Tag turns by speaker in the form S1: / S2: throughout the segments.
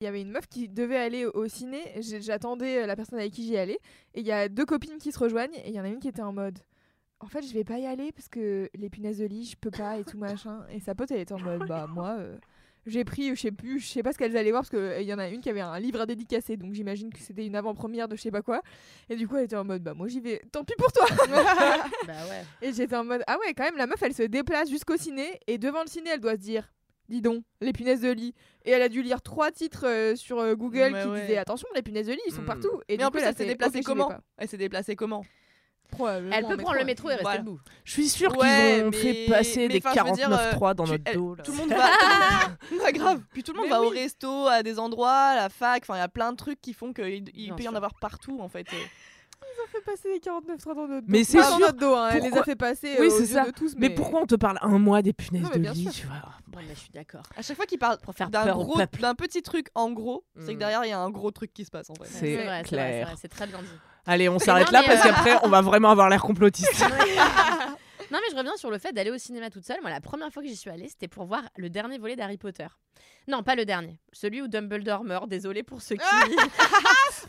S1: Il y avait une meuf qui devait aller au, au ciné, j'ai- j'attendais euh, la personne avec qui j'y allais, et il y a deux copines qui se rejoignent, et il y en a une qui était en mode En fait, je vais pas y aller parce que les punaises de lit, je peux pas et tout machin. Et sa pote, elle était en mode Bah, moi, euh, j'ai pris, je sais plus, je sais pas ce qu'elles allaient voir parce qu'il y en a une qui avait un livre à dédicacer, donc j'imagine que c'était une avant-première de je sais pas quoi. Et du coup, elle était en mode Bah, moi, j'y vais, tant pis pour toi
S2: Bah ouais.
S1: Et j'étais en mode Ah ouais, quand même, la meuf, elle se déplace jusqu'au ciné, et devant le ciné, elle doit se dire Dis donc, les punaises de lit. Et elle a dû lire trois titres euh, sur euh, Google
S2: Ouais,
S1: qui
S2: ouais.
S1: disaient Attention, les punaises de lit, ils sont
S3: Mm.
S1: partout. Et
S2: Mais
S1: du
S2: en
S1: coup,
S2: plus,
S1: là,
S2: elle s'est
S1: c'est,
S2: déplacée
S1: ok, j'y vais
S2: comment
S1: pas.
S2: Elle s'est déplacée comment
S1: Probablement
S2: Elle
S1: en
S2: peut prendre le métro et rester
S1: Voilà.
S2: debout.
S4: Je suis sûre
S2: Ouais,
S4: qu'ils
S2: mais-
S4: ont fait passer
S2: mais
S4: des
S2: enfin, je veux dire,
S4: 49.3 dans
S2: tu-
S4: notre
S2: elle-
S4: dos. là.
S2: Tout le monde va. tout le monde- pas grave. Puis tout le monde
S1: Mais
S2: va au
S1: oui.
S2: resto, à des endroits, à la fac. Enfin, il y a plein de trucs qui font qu'il il
S4: Bien
S2: peut y en
S4: sûr.
S2: avoir partout en fait.
S1: On fait passer les 49 dans notre dos.
S4: Mais c'est
S1: Pas dans
S4: sûr.
S1: notre dos, hein, elle les a
S4: Pourquoi-
S1: fait passer
S4: Oui,
S1: euh,
S4: c'est
S1: aux yeux
S4: ça.
S1: de tous.
S4: Mais pourquoi on te parle un mois des punaises
S1: Non, mais
S4: de
S1: bien
S4: lit,
S1: sûr.
S4: tu vois
S2: Ouais, mais je suis d'accord.
S5: d'accord.
S2: À chaque fois qu'il parle
S5: Pour faire
S2: d'un
S5: peur au
S2: gros-
S5: peuple.
S2: d'un petit truc en gros, c'est
S4: Mm.
S2: que derrière il y a un gros truc qui se passe en vrai.
S4: C'est
S5: vrai, vrai,
S4: clair.
S5: vrai, c'est très bien dit.
S4: Allez, on s'arrête
S5: non,
S4: là
S5: mais,
S4: parce
S5: euh,
S4: qu'après, on va vraiment avoir l'air complotiste.
S5: Non, mais je reviens sur le fait d'aller au cinéma toute seule. Moi, la première fois que j'y suis allée, c'était pour voir le dernier volet d'Harry Potter. Non, pas le dernier. Celui où Dumbledore meurt. Désolée pour ceux qui.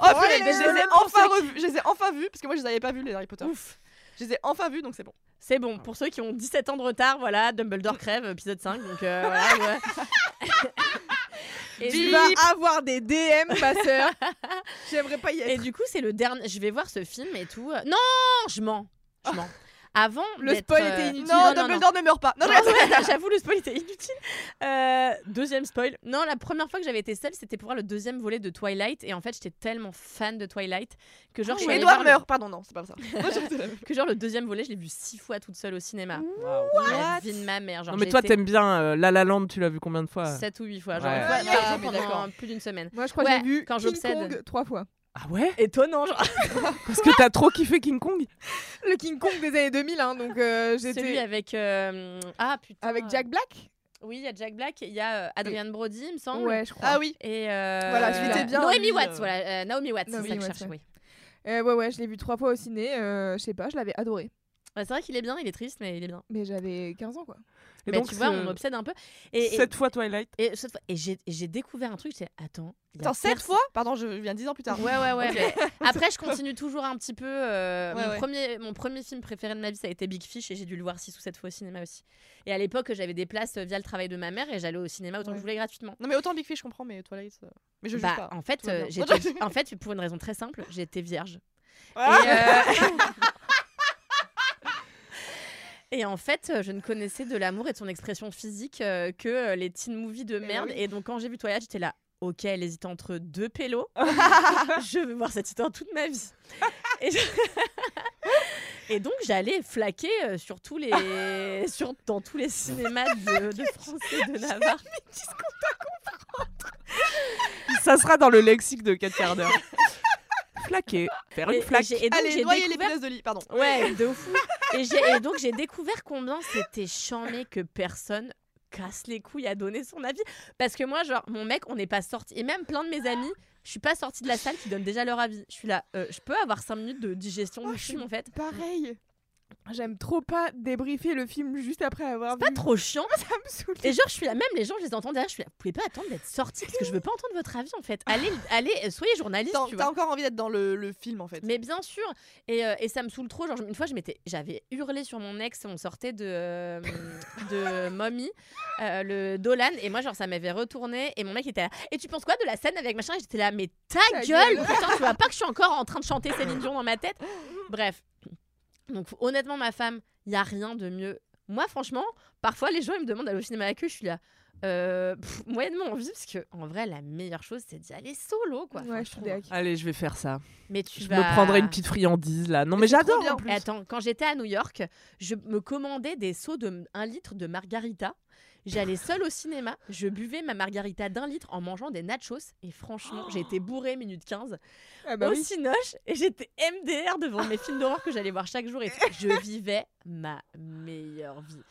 S2: Oh, purée,
S5: les
S2: mais je
S5: jeux
S2: les ai
S5: de
S2: enfin
S5: mots,
S2: revus. Je les ai enfin vus parce que moi je les avais pas vus les Harry Potter.
S5: Ouf.
S2: Je les ai enfin vus donc c'est bon.
S5: C'est bon. Pour ceux qui ont 17 ans de retard, voilà, Dumbledore crève, épisode 5. Donc euh, voilà. ouais. Et
S1: Tu
S5: du-
S1: vas avoir des DM, ma sœur. J'aimerais pas y
S5: Et
S1: être.
S5: du coup, c'est le dernier. Je vais voir ce film et tout. euh, Non, je mens. Je mens. Avant.
S1: Le
S5: d'être,
S1: spoil
S5: euh,
S1: était inutile.
S2: Non, Dumbledore ne meurt pas. Non,
S5: Non,
S2: je-
S5: ouais, J'avoue, le spoil était inutile. Euh, deuxième spoil. Non, la première fois que j'avais été seule, c'était pour voir le deuxième volet de Twilight. Et en fait, j'étais tellement fan de Twilight que genre, je suis allée
S2: Ah Edouard
S5: voir le-
S2: meurt. Pardon, non, c'est pas ça. Non, je-
S5: que genre le deuxième volet, je l'ai vu six fois toute seule au cinéma. La vie de ma mère. Genre,
S4: Non, mais
S5: j'ai
S4: toi,
S5: été
S4: t'aimes bien euh, La La Land, tu l'as vu combien de fois
S5: sept ou huit fois. Genre,
S4: Ouais.
S5: une fois
S2: Ouais,
S5: par
S2: ouais,
S5: jour
S2: mais d'accord.
S5: pendant plus d'une semaine.
S1: Moi, je crois que
S5: Ouais,
S1: j'ai vu
S5: quand
S1: King
S5: j'obsède.
S1: Kong trois fois.
S4: Ah ouais
S5: Étonnant, genre.
S2: Ah,
S4: Parce que t'as trop kiffé King Kong
S1: Le King Kong des années 2000, hein, donc euh,
S5: Celui
S1: j'étais.
S5: avec. euh, Ah putain.
S1: Avec Jack Black
S5: Oui, il y a Jack Black, il y a euh, Adrian Brody, il me semble.
S1: Ouais, je crois.
S2: Ah oui.
S5: Et euh,
S2: Voilà,
S1: celui-là.
S5: euh,
S2: bien,
S5: Naomi
S2: lui,
S5: Watts,
S2: euh,
S5: voilà, euh, Naomi Watts, c'est
S1: Naomi
S5: ça que je
S1: Watts,
S5: cherche,
S1: ouais.
S5: oui.
S1: Euh, ouais, ouais, je l'ai vu trois fois au ciné. euh, je sais pas, je l'avais adoré.
S5: Ouais, c'est vrai qu'il est bien, il est triste, mais il est bien.
S1: Mais j'avais 15 ans, quoi.
S4: Et
S5: mais Bah, tu vois,
S4: ce-
S5: on m'obsède un peu. Et, et-
S4: Sept fois Twilight.
S5: et cette fois- et j'ai et j'ai découvert un truc, j'ai attends. il y a
S2: Attends, 7
S5: personne-
S2: fois Pardon, je viens 10 ans plus tard.
S5: Ouais, ouais, ouais. mais Après, je continue toujours un petit peu. euh,
S2: Ouais,
S5: mon,
S2: ouais.
S5: Premier, mon premier film préféré de ma vie, ça a été Big Fish et j'ai dû le voir 6 ou 7 fois au cinéma aussi. Et à l'époque, j'avais des places euh, via le travail de ma mère et j'allais au cinéma autant que
S2: Ouais.
S5: je voulais gratuitement.
S2: Non, mais autant Big Fish, je comprends, mais Twilight. euh, Mais je joue
S5: bah,
S2: pas.
S5: en fait,
S2: Tout va
S5: euh,
S2: bien.
S5: j'étais- en fait, pour une raison très simple, j'étais vierge.
S2: Ah
S5: Et, euh, Et en fait, euh, je ne connaissais de l'amour et de son expression physique euh, que euh, les teen movies de
S2: bah
S5: merde.
S2: oui.
S5: Et donc, quand j'ai vu Twilight, j'étais là, ok, elle hésite entre deux pélos. je veux voir cette histoire toute ma vie. Et, je- Et donc, j'allais flaquer euh, sur tous les... sur... dans tous les cinémas de, de France et de Navarre.
S4: Ça sera dans le lexique de 4 quarts d'heure. Flaquer. Faire
S5: Et,
S4: une
S5: et
S4: flaque.
S5: j'ai- et donc,
S2: Allez,
S5: j'ai
S2: noyer les
S5: découvert
S2: punaises de lit, pardon.
S5: Ouais, de fou. Et, j'ai- et donc j'ai découvert combien c'était charmé que personne casse les couilles à donner son avis. Parce que moi, genre, mon mec, on n'est pas sorti. Et même plein de mes amis, je suis pas sortie de la salle qui donnent déjà leur avis. Je suis là, euh, je peux avoir 5 minutes de digestion
S1: Oh,
S5: du
S1: je
S5: film
S1: suis-
S5: en fait.
S1: Pareil. J'aime trop pas débriefer le film juste après avoir vu.
S5: Pas trop chiant.
S1: Ça me saoule.
S5: Et genre, je suis là, même les gens, je les entends derrière, je suis là, vous pouvez pas attendre d'être sorti parce que je veux pas entendre votre avis en fait. Allez, allez, euh, soyez journaliste,
S2: T'as
S5: tu vois.
S2: t'as encore envie d'être dans le, le film en fait.
S5: Mais bien sûr, et, euh, et ça me saoule trop. Genre, je- une fois, je m'étais, j'avais hurlé sur mon ex. On sortait de euh, de Mommy, euh, le Dolan, et moi, genre, ça m'avait retourné. Et mon mec était là. Et tu penses quoi de la scène avec machin Et J'étais là, mais ta,
S1: Ta
S5: gueule,
S1: gueule.
S5: putain, tu vois pas que je suis encore en train de chanter Céline Dion dans ma tête Bref, donc honnêtement, ma femme, il y a rien de mieux. Moi, franchement, parfois, les gens ils me demandent d'aller au cinéma avec eux. Je suis là. Euh, pff, moyennement envie parce que en vrai la meilleure chose c'est d'y aller solo quoi Enfin,
S1: Ouais, je suis
S5: trouve.
S1: d'accord.
S4: Allez, je vais faire ça.
S5: mais tu
S4: Je
S5: vas
S4: me prendrai une petite friandise là. Non, mais
S2: c'est trop
S4: j'adore
S2: bien.
S4: en plus.
S5: et Attends, quand j'étais à New York, je me commandais des seaux de 1 litre de margarita. J'allais seule au cinéma, je buvais ma margarita d'un litre en mangeant des nachos et franchement, j'ai été bourrée minute 15
S1: Ah bah
S5: au
S1: oui.
S5: cinoche et j'étais MDR devant mes films d'horreur que j'allais voir chaque jour et tout. je vivais ma meilleure vie.